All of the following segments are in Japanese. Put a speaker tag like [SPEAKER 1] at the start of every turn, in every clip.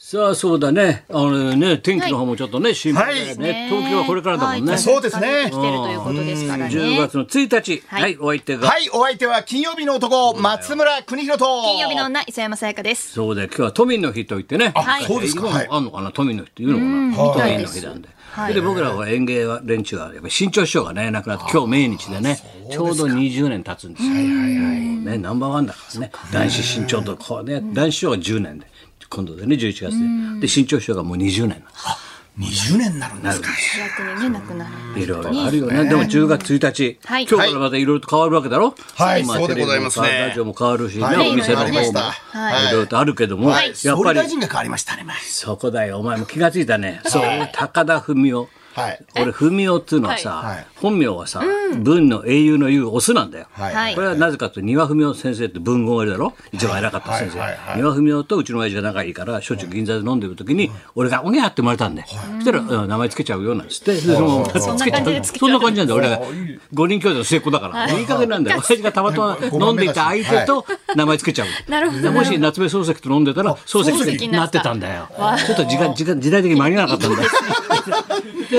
[SPEAKER 1] さあそうだねあのね天気の方もちょっとね心配だよね、東京はこれからだもんね、
[SPEAKER 2] はいそうです
[SPEAKER 3] 来てる
[SPEAKER 2] ね
[SPEAKER 3] ということですからね。
[SPEAKER 1] 10月の1日は、
[SPEAKER 3] はいい
[SPEAKER 1] お相手が、
[SPEAKER 2] はい、お相手は金曜日の男、松村邦弘と。
[SPEAKER 3] 金曜日の女、磯山さやかです。
[SPEAKER 1] そうで今日は都民の日と言ってね
[SPEAKER 3] はい
[SPEAKER 2] そうですか
[SPEAKER 1] 今も
[SPEAKER 2] はい
[SPEAKER 1] あんのかな都民の日っていうのかな都
[SPEAKER 3] はい
[SPEAKER 1] 民の日なんで、
[SPEAKER 3] はい
[SPEAKER 1] で僕らは園芸は連中はやっぱり新潮師匠がね亡くなって今日命日でねちょうど20年経つんですよ、ね、ナンバーワンだからね男子新潮とこうね男子師匠が10年で今度でね11月でで新潮師匠がもう20年なんです
[SPEAKER 2] 20年になるんですか。
[SPEAKER 3] 主役にね、亡くなる。
[SPEAKER 1] いろいろあるよね。でも10月1日、
[SPEAKER 3] はい
[SPEAKER 1] 今日からまたいろいろと変わるわけだろ。
[SPEAKER 2] はい
[SPEAKER 1] まあ
[SPEAKER 2] そうでございますね
[SPEAKER 1] テレビも変わるラジオも変わるしね、
[SPEAKER 2] はい
[SPEAKER 1] お店の方
[SPEAKER 3] いろいろありま
[SPEAKER 1] も、
[SPEAKER 3] した
[SPEAKER 2] はい
[SPEAKER 1] いろいろとあるけども、
[SPEAKER 2] はい、
[SPEAKER 1] やっ
[SPEAKER 2] 総
[SPEAKER 1] ぱ
[SPEAKER 2] 理
[SPEAKER 1] り
[SPEAKER 2] 大臣が変わりましたね。まあ
[SPEAKER 1] そこだよ。お前も気がついたね。そう、高田文夫。
[SPEAKER 2] はい。
[SPEAKER 1] 俺文夫っていうのはさ、
[SPEAKER 2] はい
[SPEAKER 1] 本名はさ、文の英雄の言うオスなんだよ。
[SPEAKER 2] はい
[SPEAKER 3] はい
[SPEAKER 1] これはなぜかというと丹羽文夫先生って文豪がいるだろ一番偉かった先生
[SPEAKER 2] はいはいはい
[SPEAKER 1] 丹羽文夫とうちの親父が仲いいからしょっちゅう銀座で飲んでる時に俺が「おにゃ」って言われたんでそしたらうん「名前つけちゃうよ」なんつってでその
[SPEAKER 3] そんな感じでつけちゃ
[SPEAKER 1] そ
[SPEAKER 3] う
[SPEAKER 1] んな感じなんだよ俺が
[SPEAKER 2] あいい
[SPEAKER 1] 5人兄弟の末っ子だからいい加減なんだよ親父がたまたま飲んでいた相手と名前つけちゃう
[SPEAKER 3] なるほど
[SPEAKER 1] でもし夏目漱石と飲んでたら漱
[SPEAKER 3] 漱
[SPEAKER 1] 石
[SPEAKER 3] 石
[SPEAKER 1] に
[SPEAKER 3] に
[SPEAKER 1] な
[SPEAKER 3] な
[SPEAKER 1] っ
[SPEAKER 3] ってた
[SPEAKER 1] たんだよちょっと時間時間時代的に間に合わなかったんだよ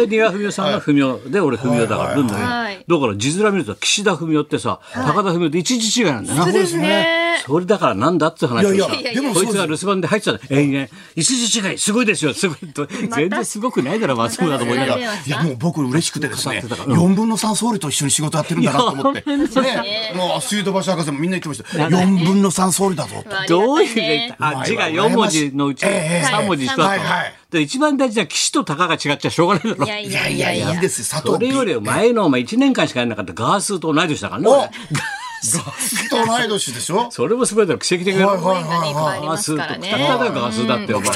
[SPEAKER 1] で丹羽文夫さんが文夫で俺文夫だから文のね
[SPEAKER 3] はい
[SPEAKER 1] だから字面見ると岸田文雄ってさ、高田文雄って一字違いなんだよな。
[SPEAKER 3] そうですね。
[SPEAKER 1] それだからなんだって話を
[SPEAKER 2] いや
[SPEAKER 1] さ
[SPEAKER 2] いや、でも
[SPEAKER 1] こ
[SPEAKER 2] そう
[SPEAKER 1] いつ
[SPEAKER 2] です
[SPEAKER 1] が留守番で入ってたら、延々、一字違い、すごいですよ、すごいと。全然すごくないだろ、松村と思いながら。
[SPEAKER 3] また
[SPEAKER 2] いやもう僕嬉しくてですね、
[SPEAKER 1] 語ってたからうん
[SPEAKER 2] 4分の3総理と一緒に仕事やってるんだなと思って、ね、もう水道橋博士もみんな言ってました、4分の3総理だぞと。
[SPEAKER 1] どういう言った
[SPEAKER 2] う
[SPEAKER 1] あ、
[SPEAKER 2] まい
[SPEAKER 1] 字が4文字のうち
[SPEAKER 2] ええ
[SPEAKER 1] 3文字一つだ
[SPEAKER 2] はい
[SPEAKER 1] った
[SPEAKER 2] はい
[SPEAKER 1] で一番大事な岸と鷹が違っちゃしょうがないだろ
[SPEAKER 3] い。やい
[SPEAKER 2] い
[SPEAKER 3] や
[SPEAKER 2] や
[SPEAKER 3] い
[SPEAKER 2] い
[SPEAKER 3] や
[SPEAKER 2] や
[SPEAKER 3] い
[SPEAKER 2] い
[SPEAKER 3] や。
[SPEAKER 2] や、いいですよ、佐
[SPEAKER 1] そ
[SPEAKER 2] 藤
[SPEAKER 1] れよ
[SPEAKER 2] P。
[SPEAKER 1] り前のお前1年間しかやらなかったガースーと同い年だからね
[SPEAKER 2] お
[SPEAKER 1] 俺。
[SPEAKER 2] 同い年でしょ
[SPEAKER 1] それもすごいだろ、奇跡的だろ。
[SPEAKER 3] 応援がね、いっぱいあり
[SPEAKER 1] ガー
[SPEAKER 3] ます
[SPEAKER 1] ス
[SPEAKER 3] から
[SPEAKER 1] ーと、
[SPEAKER 3] ね
[SPEAKER 1] くた。くただよ、ガースーだってお前。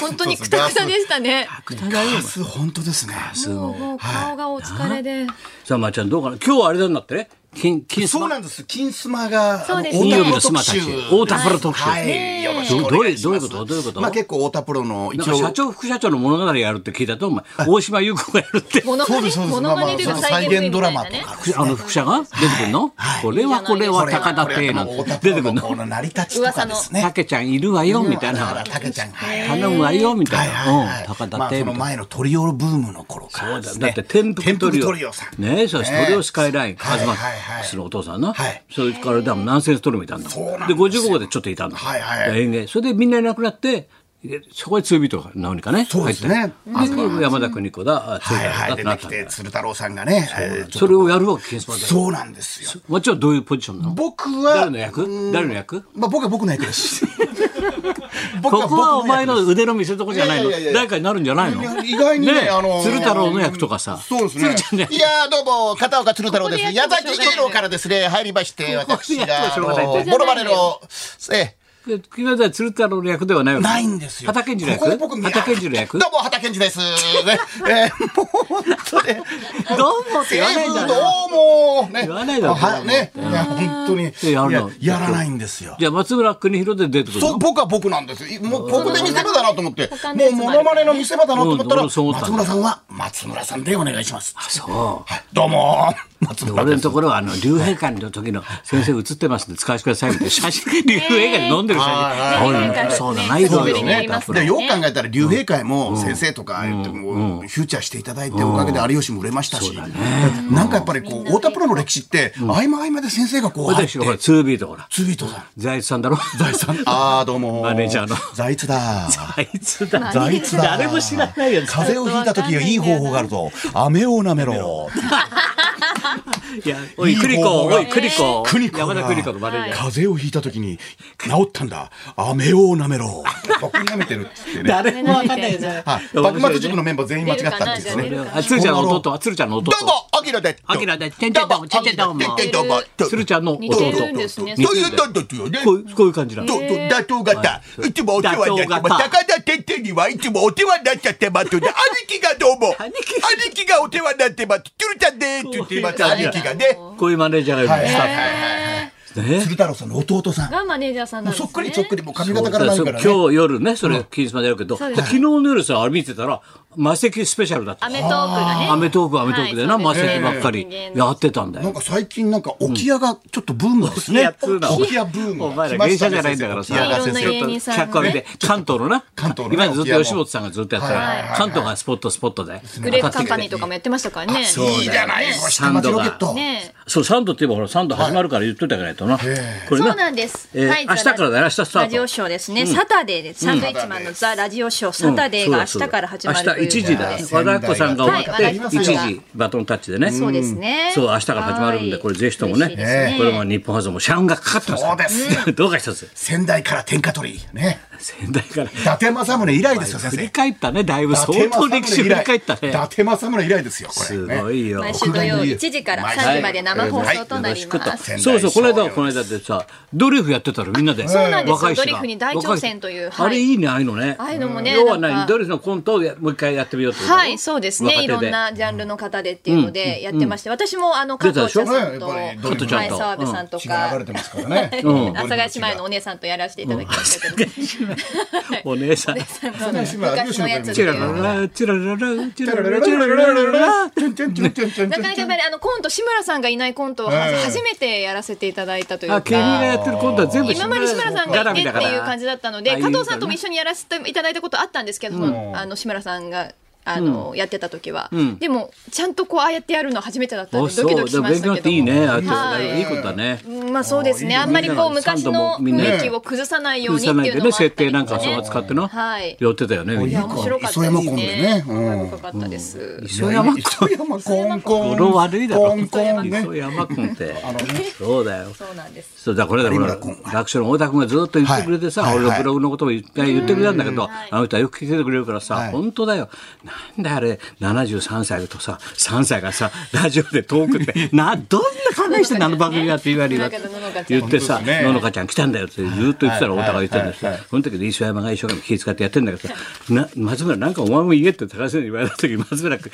[SPEAKER 3] 本当にくたくたでしたね。
[SPEAKER 2] ガース、本当ですね。
[SPEAKER 3] もうもう顔がお疲れで。
[SPEAKER 1] さあ、まーちゃんどうかな今日はあれだんだってね。金、金スマ
[SPEAKER 2] そうなんです、金スマが、
[SPEAKER 3] そうですね
[SPEAKER 1] 金
[SPEAKER 2] あ
[SPEAKER 1] 曜
[SPEAKER 2] の
[SPEAKER 1] 日のスマたち、太田プロ特集。
[SPEAKER 2] はい、よろしく
[SPEAKER 1] ど
[SPEAKER 2] お
[SPEAKER 1] どう
[SPEAKER 2] 願
[SPEAKER 1] い
[SPEAKER 2] いうし
[SPEAKER 1] どうい
[SPEAKER 2] ま
[SPEAKER 1] うこ
[SPEAKER 2] す。
[SPEAKER 1] とどういうこと、
[SPEAKER 2] まあ結構太田プロ
[SPEAKER 1] な
[SPEAKER 2] の
[SPEAKER 1] ん
[SPEAKER 2] 一
[SPEAKER 1] か
[SPEAKER 2] 応
[SPEAKER 1] 社長副社長の物語やるって聞いたとお前大島優子がやるって
[SPEAKER 3] モノ
[SPEAKER 2] そ
[SPEAKER 3] マ
[SPEAKER 2] う
[SPEAKER 3] ネ
[SPEAKER 2] ですそうです
[SPEAKER 3] モノマネという
[SPEAKER 2] まあ
[SPEAKER 3] か
[SPEAKER 2] まあ再現ドラマ
[SPEAKER 3] み
[SPEAKER 2] と
[SPEAKER 3] たいなね
[SPEAKER 2] か
[SPEAKER 1] あの副社が出てくるの、これはこれは高田
[SPEAKER 2] これ
[SPEAKER 1] 亭
[SPEAKER 2] は
[SPEAKER 1] なん
[SPEAKER 2] もう
[SPEAKER 1] て
[SPEAKER 2] 太田プ
[SPEAKER 1] 出
[SPEAKER 2] ロ
[SPEAKER 1] てくる
[SPEAKER 2] のこ
[SPEAKER 1] の
[SPEAKER 2] の成り立ちとかですね。
[SPEAKER 1] たけちゃんいるわよみたい
[SPEAKER 2] だから
[SPEAKER 1] な
[SPEAKER 2] たけちゃんはいはい
[SPEAKER 1] 頼むわよみたい
[SPEAKER 2] はい
[SPEAKER 1] な、
[SPEAKER 2] は
[SPEAKER 1] うん、
[SPEAKER 2] い。
[SPEAKER 1] 高
[SPEAKER 2] ま
[SPEAKER 1] 田
[SPEAKER 2] あ
[SPEAKER 1] 亭
[SPEAKER 2] そ
[SPEAKER 1] み
[SPEAKER 2] の
[SPEAKER 1] たいな。
[SPEAKER 2] 前のトリオブームの頃からですね。
[SPEAKER 1] だって天
[SPEAKER 2] 天
[SPEAKER 1] 覆ト
[SPEAKER 2] 覆
[SPEAKER 1] リオ
[SPEAKER 2] トリオさん。
[SPEAKER 1] ねえそうです
[SPEAKER 2] ねえ
[SPEAKER 1] トリオスカイライン
[SPEAKER 2] はいはい
[SPEAKER 1] 東
[SPEAKER 2] はい
[SPEAKER 1] そのお父さんな、
[SPEAKER 2] はい
[SPEAKER 1] それからでもナンセンストリオもいたんだ
[SPEAKER 2] そうなんです
[SPEAKER 1] で
[SPEAKER 2] よ
[SPEAKER 1] 55号でちょっといたんだ、
[SPEAKER 2] はいはい
[SPEAKER 1] で演芸それでみんないなくなってえそこへ2ビートが何かね
[SPEAKER 2] そうですね
[SPEAKER 1] 入ってで山田邦子だあ鶴
[SPEAKER 2] は
[SPEAKER 1] 瓶だっ
[SPEAKER 2] いはい。
[SPEAKER 1] て
[SPEAKER 2] 出
[SPEAKER 1] なってた
[SPEAKER 2] き
[SPEAKER 1] んだ
[SPEAKER 2] て鶴太郎さんがね。えー
[SPEAKER 1] それをやるわけ金スマで
[SPEAKER 2] そうなんですよ。
[SPEAKER 1] もちろんどういうポジションなの
[SPEAKER 2] 僕は
[SPEAKER 1] 誰の役
[SPEAKER 2] うん
[SPEAKER 1] 誰の役
[SPEAKER 2] まあ僕は僕の 役です。僕
[SPEAKER 1] ここはお前の腕の見せ所じゃないの
[SPEAKER 2] いやいやいや
[SPEAKER 1] 誰かになるんじゃないの
[SPEAKER 2] いや意外にねあのー
[SPEAKER 1] 鶴太郎の役とかさ
[SPEAKER 2] そうです
[SPEAKER 1] 鶴
[SPEAKER 2] ね
[SPEAKER 1] ちゃんの。役
[SPEAKER 2] いやーどうも片岡鶴太郎で
[SPEAKER 3] ここ
[SPEAKER 2] す。
[SPEAKER 3] でや
[SPEAKER 2] 矢
[SPEAKER 3] ってもしょうがない
[SPEAKER 2] 崎芸能からですね入りまして
[SPEAKER 1] ここで
[SPEAKER 2] 私
[SPEAKER 1] やっても
[SPEAKER 2] が
[SPEAKER 1] し
[SPEAKER 2] あ
[SPEAKER 1] ょうがない
[SPEAKER 3] ここ
[SPEAKER 2] の
[SPEAKER 3] じゃないのよ
[SPEAKER 2] ボロバレのええ
[SPEAKER 1] で木村は鶴太郎の役ではないわけ
[SPEAKER 2] ないんですよ。
[SPEAKER 1] 畑健二の役
[SPEAKER 2] ここで僕
[SPEAKER 1] 畑健二の役
[SPEAKER 2] どうも畑健二 です。ねえーもう本当ね。
[SPEAKER 1] どうもって言わないんだ
[SPEAKER 2] ど
[SPEAKER 1] な
[SPEAKER 2] うもね。
[SPEAKER 1] 言わないだろ
[SPEAKER 2] はね。いや本当に
[SPEAKER 1] でやるの
[SPEAKER 2] いややらないんですよ。
[SPEAKER 1] じゃあ松村邦弘で出てくる
[SPEAKER 2] そう
[SPEAKER 1] の
[SPEAKER 2] 僕は僕なんですよ。もうここで見せ場だなと思って、
[SPEAKER 3] 他の
[SPEAKER 2] も
[SPEAKER 3] や
[SPEAKER 2] う
[SPEAKER 3] つも
[SPEAKER 2] モ
[SPEAKER 3] あるか
[SPEAKER 2] ノマ
[SPEAKER 3] ら
[SPEAKER 2] ネの見せ場だなと思った
[SPEAKER 1] うん俺
[SPEAKER 2] ら、
[SPEAKER 1] もそう思った
[SPEAKER 2] 松
[SPEAKER 1] んだ
[SPEAKER 2] 村さんは松村さんでお願いします。
[SPEAKER 1] そ
[SPEAKER 2] はいどうも松
[SPEAKER 1] う
[SPEAKER 2] 村
[SPEAKER 1] 俺
[SPEAKER 2] で
[SPEAKER 1] の
[SPEAKER 2] す。
[SPEAKER 1] ところはあの竜兵会の時の先生映ってますんで使わせてくださいみたいな写真竜兵会で飲んでる写
[SPEAKER 2] あ
[SPEAKER 1] 真
[SPEAKER 2] ー
[SPEAKER 1] 俺
[SPEAKER 3] 竜兵会
[SPEAKER 1] そうだない
[SPEAKER 3] そ
[SPEAKER 1] ぞ
[SPEAKER 3] うです
[SPEAKER 1] よ
[SPEAKER 3] ね
[SPEAKER 1] ね
[SPEAKER 3] やります
[SPEAKER 2] でよく考えたら竜兵会も先生とか言ってもうフューチャーしていただいておかげで有吉も売れましたし、なんかやっぱりこう太田プロの歴史って合間合間で先生がこう入っ
[SPEAKER 1] 私
[SPEAKER 2] て
[SPEAKER 1] ほら 2B とほら
[SPEAKER 2] ツービートさん
[SPEAKER 1] 財津さんだろ
[SPEAKER 2] 財津さんああどうも
[SPEAKER 1] マネージャーの
[SPEAKER 2] 財津だ
[SPEAKER 1] あいつだ。
[SPEAKER 2] あいつだ
[SPEAKER 1] 誰も知らないやつ。
[SPEAKER 2] 風邪をひいた時はいい方法があるぞ飴を舐めろ
[SPEAKER 1] いや、おい、
[SPEAKER 2] いい
[SPEAKER 1] クリ
[SPEAKER 2] 方
[SPEAKER 1] コ、
[SPEAKER 2] 法
[SPEAKER 1] お
[SPEAKER 2] が
[SPEAKER 1] い、クリコ。
[SPEAKER 2] クニコが
[SPEAKER 1] 山田クリコのマネージャー。
[SPEAKER 2] 風邪をひいた時に治ったんだ飴を舐めろ僕舐めてるっつってね
[SPEAKER 1] 誰もわかんないじゃん。
[SPEAKER 2] はい幕末塾のメンバー全員間違ったっていうね
[SPEAKER 3] 出るかな
[SPEAKER 1] あ、鶴ちゃんの弟は、鶴ちゃんの弟
[SPEAKER 2] ど。うもアキラで
[SPEAKER 1] アキラでてんてんどんてんてんどんも
[SPEAKER 2] てんてんどんも
[SPEAKER 1] 鶴ちゃんの弟。
[SPEAKER 3] 似てるんですね。
[SPEAKER 2] そういうことですよね
[SPEAKER 1] こういう、こういう感じなの
[SPEAKER 2] ど。ど打倒型いつもお世話になってます
[SPEAKER 1] 打倒型
[SPEAKER 2] 高田てんてんにはいつもお世話になっちゃってますので兄貴がどうも
[SPEAKER 1] 兄
[SPEAKER 2] 兄
[SPEAKER 1] 貴
[SPEAKER 2] 貴がお世話になってます鶴ちゃんでーって言ってます
[SPEAKER 1] こういう
[SPEAKER 2] 兄貴がね
[SPEAKER 1] こういうマネージャーがいる
[SPEAKER 2] はい
[SPEAKER 1] ね
[SPEAKER 2] 鶴太郎さんの弟さん
[SPEAKER 3] がマネージャーさんなんですね。
[SPEAKER 2] りもう髪
[SPEAKER 1] そうそう今日夜ね、それ、金スマでやるけど、
[SPEAKER 3] そう
[SPEAKER 1] で
[SPEAKER 3] です
[SPEAKER 1] 昨日の夜さ、あれ見てたら、マセキスペシャルだった
[SPEAKER 3] ア。メトークがね。
[SPEAKER 1] アメトークはアメトークでな、
[SPEAKER 3] はい
[SPEAKER 1] マ
[SPEAKER 3] そうです
[SPEAKER 1] セ
[SPEAKER 3] ね
[SPEAKER 1] キばっかりやってたんだ
[SPEAKER 2] なん
[SPEAKER 1] よ。
[SPEAKER 2] か最近なんか沖屋がちょっとブームですね。
[SPEAKER 1] 沖屋通なの
[SPEAKER 2] 沖屋ブーム。
[SPEAKER 1] お前ら芸者じゃないんだからさ、
[SPEAKER 2] 沖屋が
[SPEAKER 3] いろんな
[SPEAKER 2] 先
[SPEAKER 3] 芸
[SPEAKER 2] 生
[SPEAKER 3] 人さんがね
[SPEAKER 1] 脚を見て、関東のな、
[SPEAKER 2] 関東のね
[SPEAKER 1] 今までずっと吉本さんがずっとやったか
[SPEAKER 2] はいはい
[SPEAKER 1] ら、関東がスポットスポットで。
[SPEAKER 3] グレープカンパニーとかもやってましたからね。
[SPEAKER 1] そうだよ
[SPEAKER 2] いいじゃないこれ下
[SPEAKER 1] サン
[SPEAKER 2] 町
[SPEAKER 1] ド
[SPEAKER 2] ロ
[SPEAKER 1] が
[SPEAKER 2] ケット。
[SPEAKER 3] ねえ
[SPEAKER 1] そう、サンドって言えばほら、サンド始まるから言っといてあげないとな。これ
[SPEAKER 3] そう
[SPEAKER 1] な、
[SPEAKER 3] なんです。
[SPEAKER 1] えー明日からだよ明日スタート
[SPEAKER 3] ラジオショーですね。サタデーです。サンドイッチマンのザ・ラジオショー、サタデーが明日から始まるという。
[SPEAKER 1] 明日1時だよ和田アキ子さんが終わって
[SPEAKER 3] はい和田アキ
[SPEAKER 1] 1
[SPEAKER 3] 子さんが
[SPEAKER 1] 時バトンタッチでね
[SPEAKER 3] そうですね
[SPEAKER 1] そう明日から始まるんで
[SPEAKER 3] はい
[SPEAKER 1] これぜひともね
[SPEAKER 3] 嬉しいですね
[SPEAKER 1] これも日本放送も社運がかかってますから
[SPEAKER 2] そうで
[SPEAKER 1] どうか一つ
[SPEAKER 2] 仙台から天下取り。ね。
[SPEAKER 1] 仙台から
[SPEAKER 2] 伊達政宗以来ですよ、先
[SPEAKER 1] 振
[SPEAKER 2] 生。
[SPEAKER 1] り
[SPEAKER 2] 伊
[SPEAKER 1] 返ったねだいぶ
[SPEAKER 2] 達
[SPEAKER 1] 相当
[SPEAKER 2] 政宗以来
[SPEAKER 1] 歴史振り返った
[SPEAKER 2] 伊
[SPEAKER 1] ね
[SPEAKER 2] 達政宗以来ですよ、これ。
[SPEAKER 1] すごいよ
[SPEAKER 3] 毎週土曜1時から3時まで生放送となり
[SPEAKER 1] と
[SPEAKER 3] ます。
[SPEAKER 2] はい
[SPEAKER 1] そうそうこの間はこの間でさドリフやってたらみんなで
[SPEAKER 3] うなんですよ
[SPEAKER 1] 若い人が
[SPEAKER 3] ドリフに大挑戦という
[SPEAKER 1] 若い人あ
[SPEAKER 3] はい
[SPEAKER 1] れいいねああいうのね
[SPEAKER 3] ああいうのもね
[SPEAKER 1] 要は
[SPEAKER 3] なん
[SPEAKER 1] 何
[SPEAKER 3] か
[SPEAKER 1] ドリフのコントをやもう一回やってみようってこと
[SPEAKER 3] はい、そうです
[SPEAKER 1] 若
[SPEAKER 3] ね。
[SPEAKER 1] 手
[SPEAKER 3] いろんなジャンルの方でっていうのでやってまして、私もあの、加
[SPEAKER 1] 出たで
[SPEAKER 3] 藤
[SPEAKER 1] しょ
[SPEAKER 3] 茶さんと、
[SPEAKER 2] はいやっ
[SPEAKER 1] 加
[SPEAKER 2] ぱり
[SPEAKER 1] 藤ちゃん
[SPEAKER 3] 前
[SPEAKER 1] と
[SPEAKER 3] 澤部さんと
[SPEAKER 2] 血が流
[SPEAKER 3] か
[SPEAKER 2] れ、てますからね。
[SPEAKER 1] ん
[SPEAKER 3] 阿佐ヶ谷姉妹のお姉さんとやらせていただきましたけど、
[SPEAKER 1] お姉さん
[SPEAKER 3] 昔のやつ
[SPEAKER 1] チ
[SPEAKER 3] で。
[SPEAKER 1] ラ
[SPEAKER 3] な
[SPEAKER 1] ラ
[SPEAKER 3] か
[SPEAKER 1] ラチラララチラララチララララ
[SPEAKER 3] なかやっぱ
[SPEAKER 2] な
[SPEAKER 3] りあのコント、志村さんがいないコントを
[SPEAKER 2] ええ
[SPEAKER 3] 初めてやらせていただいたという
[SPEAKER 1] あ、ケリー
[SPEAKER 3] か。
[SPEAKER 1] がやってる今度は全部
[SPEAKER 3] 今まで志村さんがいてっていう感じだったので、
[SPEAKER 1] あいい
[SPEAKER 3] 加藤さんとも
[SPEAKER 1] いい
[SPEAKER 3] 一緒にやらせていただいたことあったんですけど、あの志村さんが。あの、やってた時は、でもちゃんとこうああやってやるの初めてだったん
[SPEAKER 1] あ
[SPEAKER 3] でドキドキし
[SPEAKER 1] そう
[SPEAKER 3] ま
[SPEAKER 1] 勉
[SPEAKER 3] し
[SPEAKER 1] 強にな
[SPEAKER 3] たけ
[SPEAKER 1] って
[SPEAKER 3] ど
[SPEAKER 1] いいねああやっ
[SPEAKER 3] は
[SPEAKER 1] て
[SPEAKER 3] い
[SPEAKER 1] いいことだね
[SPEAKER 3] うんまあそうですねあんまりこう昔の雰囲気を崩さないよう
[SPEAKER 1] 崩
[SPEAKER 3] にっ
[SPEAKER 1] さ
[SPEAKER 3] て
[SPEAKER 1] ない
[SPEAKER 3] いう
[SPEAKER 1] で
[SPEAKER 3] のもあ
[SPEAKER 1] ね
[SPEAKER 3] った
[SPEAKER 1] 設定
[SPEAKER 3] りとかね
[SPEAKER 1] なんかそう扱ってな
[SPEAKER 3] はい
[SPEAKER 1] やってたよねみん
[SPEAKER 3] いや
[SPEAKER 1] な
[SPEAKER 3] 面白かったで
[SPEAKER 2] 磯山
[SPEAKER 3] す
[SPEAKER 2] コンビ
[SPEAKER 3] ね
[SPEAKER 2] ね
[SPEAKER 3] 興味深かったです
[SPEAKER 1] 磯山君
[SPEAKER 2] 磯山コンコン。
[SPEAKER 1] 語呂悪いだろ
[SPEAKER 2] コンコンね。
[SPEAKER 1] 磯山君ってそうだよ
[SPEAKER 3] そうなんです
[SPEAKER 1] そうだこれだこれ
[SPEAKER 2] 有村君
[SPEAKER 1] 楽勝の太田君がずっと言ってくれてさ、
[SPEAKER 2] はい
[SPEAKER 1] 俺
[SPEAKER 2] は
[SPEAKER 1] の
[SPEAKER 2] い
[SPEAKER 1] ブログのことも言って,、言ってくれたんだけど、
[SPEAKER 3] はい
[SPEAKER 1] あの人はよく聞いててくれるからさ、
[SPEAKER 2] はい
[SPEAKER 1] 本当だよなんであれ73歳とさ3歳がさラジオでトークって などんな考えしてんのあの番組だって言われるわ
[SPEAKER 3] 野々花ちゃん
[SPEAKER 1] 言ってさ、
[SPEAKER 2] 本当ですね
[SPEAKER 1] ののかちゃん来たんだよってずっと言ってたら
[SPEAKER 2] はい
[SPEAKER 1] 太田が言ってたんですよ、その時で磯山が一生懸命気遣ってやってんだけどさな松村なんかお前も言えって高橋さんに言われた時松村君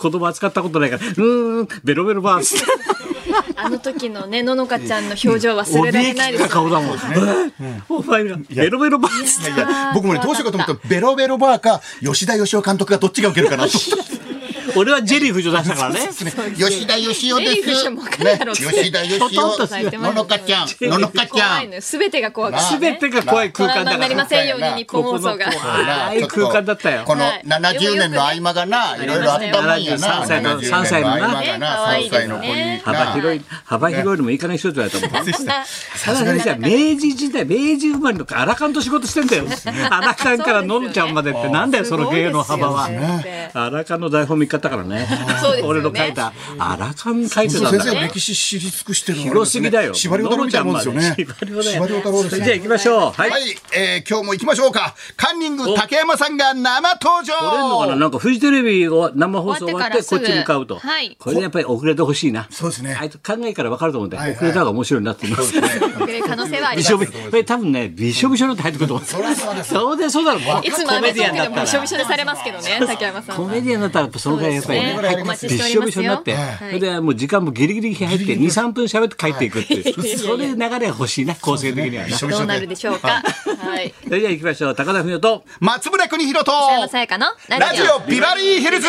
[SPEAKER 1] 言葉扱ったことないからうーんベロベロバース
[SPEAKER 3] あの時のねののかちゃんの表情忘れられないですよね
[SPEAKER 1] 顔だもん。お前がベロベロバース。
[SPEAKER 2] いや僕もね、どうしようかと思ったら、ベロベロバーか、吉田義雄監督がどっちが受ける かなと思った
[SPEAKER 1] 俺はジェリー浮上出したからね。
[SPEAKER 2] 吉田義雄
[SPEAKER 3] レイフじゃもう分かるやろって
[SPEAKER 2] 吉田義雄。ののかちゃん。ののかちゃ
[SPEAKER 3] 怖い
[SPEAKER 2] ん。
[SPEAKER 3] のよ全てが怖くて
[SPEAKER 1] すべてが怖い
[SPEAKER 3] ト
[SPEAKER 1] 空
[SPEAKER 3] ラ
[SPEAKER 1] 間
[SPEAKER 3] ウマ
[SPEAKER 1] だか
[SPEAKER 3] になりま
[SPEAKER 1] ら。
[SPEAKER 3] せんように日本放送が
[SPEAKER 1] ここあーいい空間だったよ
[SPEAKER 2] この
[SPEAKER 3] はい
[SPEAKER 2] 70年の合間がな、いろいろあったもんやな。
[SPEAKER 1] 73歳の
[SPEAKER 2] 70年の合間がな、
[SPEAKER 3] ね
[SPEAKER 2] 3歳の子に
[SPEAKER 3] ね
[SPEAKER 1] 幅
[SPEAKER 2] な。
[SPEAKER 1] 広い、幅広いのもいいかない人だと思う。さすがにさ、明治時代、明治生まれの荒勘と仕事してんだよ。荒勘からのんちゃんまでってなんだよ、その芸の幅は。荒勘の台本見方からね。俺の書いた、荒勘書いてたん
[SPEAKER 2] 先
[SPEAKER 1] だ
[SPEAKER 2] 生
[SPEAKER 1] から。
[SPEAKER 2] 歴史知り尽くしてる
[SPEAKER 1] 広すぎだよ。
[SPEAKER 2] 司馬遼太郎みたいなもんですよね。
[SPEAKER 1] 司馬遼
[SPEAKER 2] 司馬遼
[SPEAKER 1] だ
[SPEAKER 2] 太郎
[SPEAKER 1] よ。
[SPEAKER 2] で
[SPEAKER 1] それ
[SPEAKER 2] すよ
[SPEAKER 1] じゃあ行きましょう。はい
[SPEAKER 2] は。い、えー今日も行きましょうか。カンニング竹山さんが生登
[SPEAKER 1] 折れんのかな
[SPEAKER 2] 場。
[SPEAKER 1] なんかフジテレビを生放送終わってこっち向かうと、
[SPEAKER 3] 終わってからすぐはい
[SPEAKER 1] これでやっぱり遅れてほしいな
[SPEAKER 2] そうですね
[SPEAKER 1] あいつ考えから分かると思うんで、
[SPEAKER 2] はいはい
[SPEAKER 1] 遅れた方が面白いなって言います
[SPEAKER 3] 可能性はあ
[SPEAKER 1] び
[SPEAKER 3] りま
[SPEAKER 1] し
[SPEAKER 3] す
[SPEAKER 1] ょびしょ多分ねびしょびしょになって入ってくると思う
[SPEAKER 2] そりゃそうです
[SPEAKER 1] そうでそうだろ
[SPEAKER 3] いつもア
[SPEAKER 1] コ
[SPEAKER 3] メ
[SPEAKER 1] メ
[SPEAKER 3] ト
[SPEAKER 1] ディアン
[SPEAKER 3] ークで
[SPEAKER 1] だ
[SPEAKER 3] もび
[SPEAKER 1] ったら
[SPEAKER 3] しょびしょにされますけどね竹山さん
[SPEAKER 1] コ
[SPEAKER 3] は
[SPEAKER 1] メディアンだったらやっぱそのぐらいやっぱりね
[SPEAKER 3] そうですねはいお待ち
[SPEAKER 1] び
[SPEAKER 3] しており
[SPEAKER 1] しょびしょ
[SPEAKER 3] ますよ
[SPEAKER 1] になって、
[SPEAKER 3] はい
[SPEAKER 1] それでもう時間もギリギリ入って23分喋って帰っていくっていう、それ流れが欲しいな構成的にはなそ
[SPEAKER 3] どうなるでしょうかはい
[SPEAKER 1] れじゃあ行きましょう高田文夫と
[SPEAKER 2] 松村邦弘と
[SPEAKER 3] 北山さやかの
[SPEAKER 2] ラジオビバリーヒルズ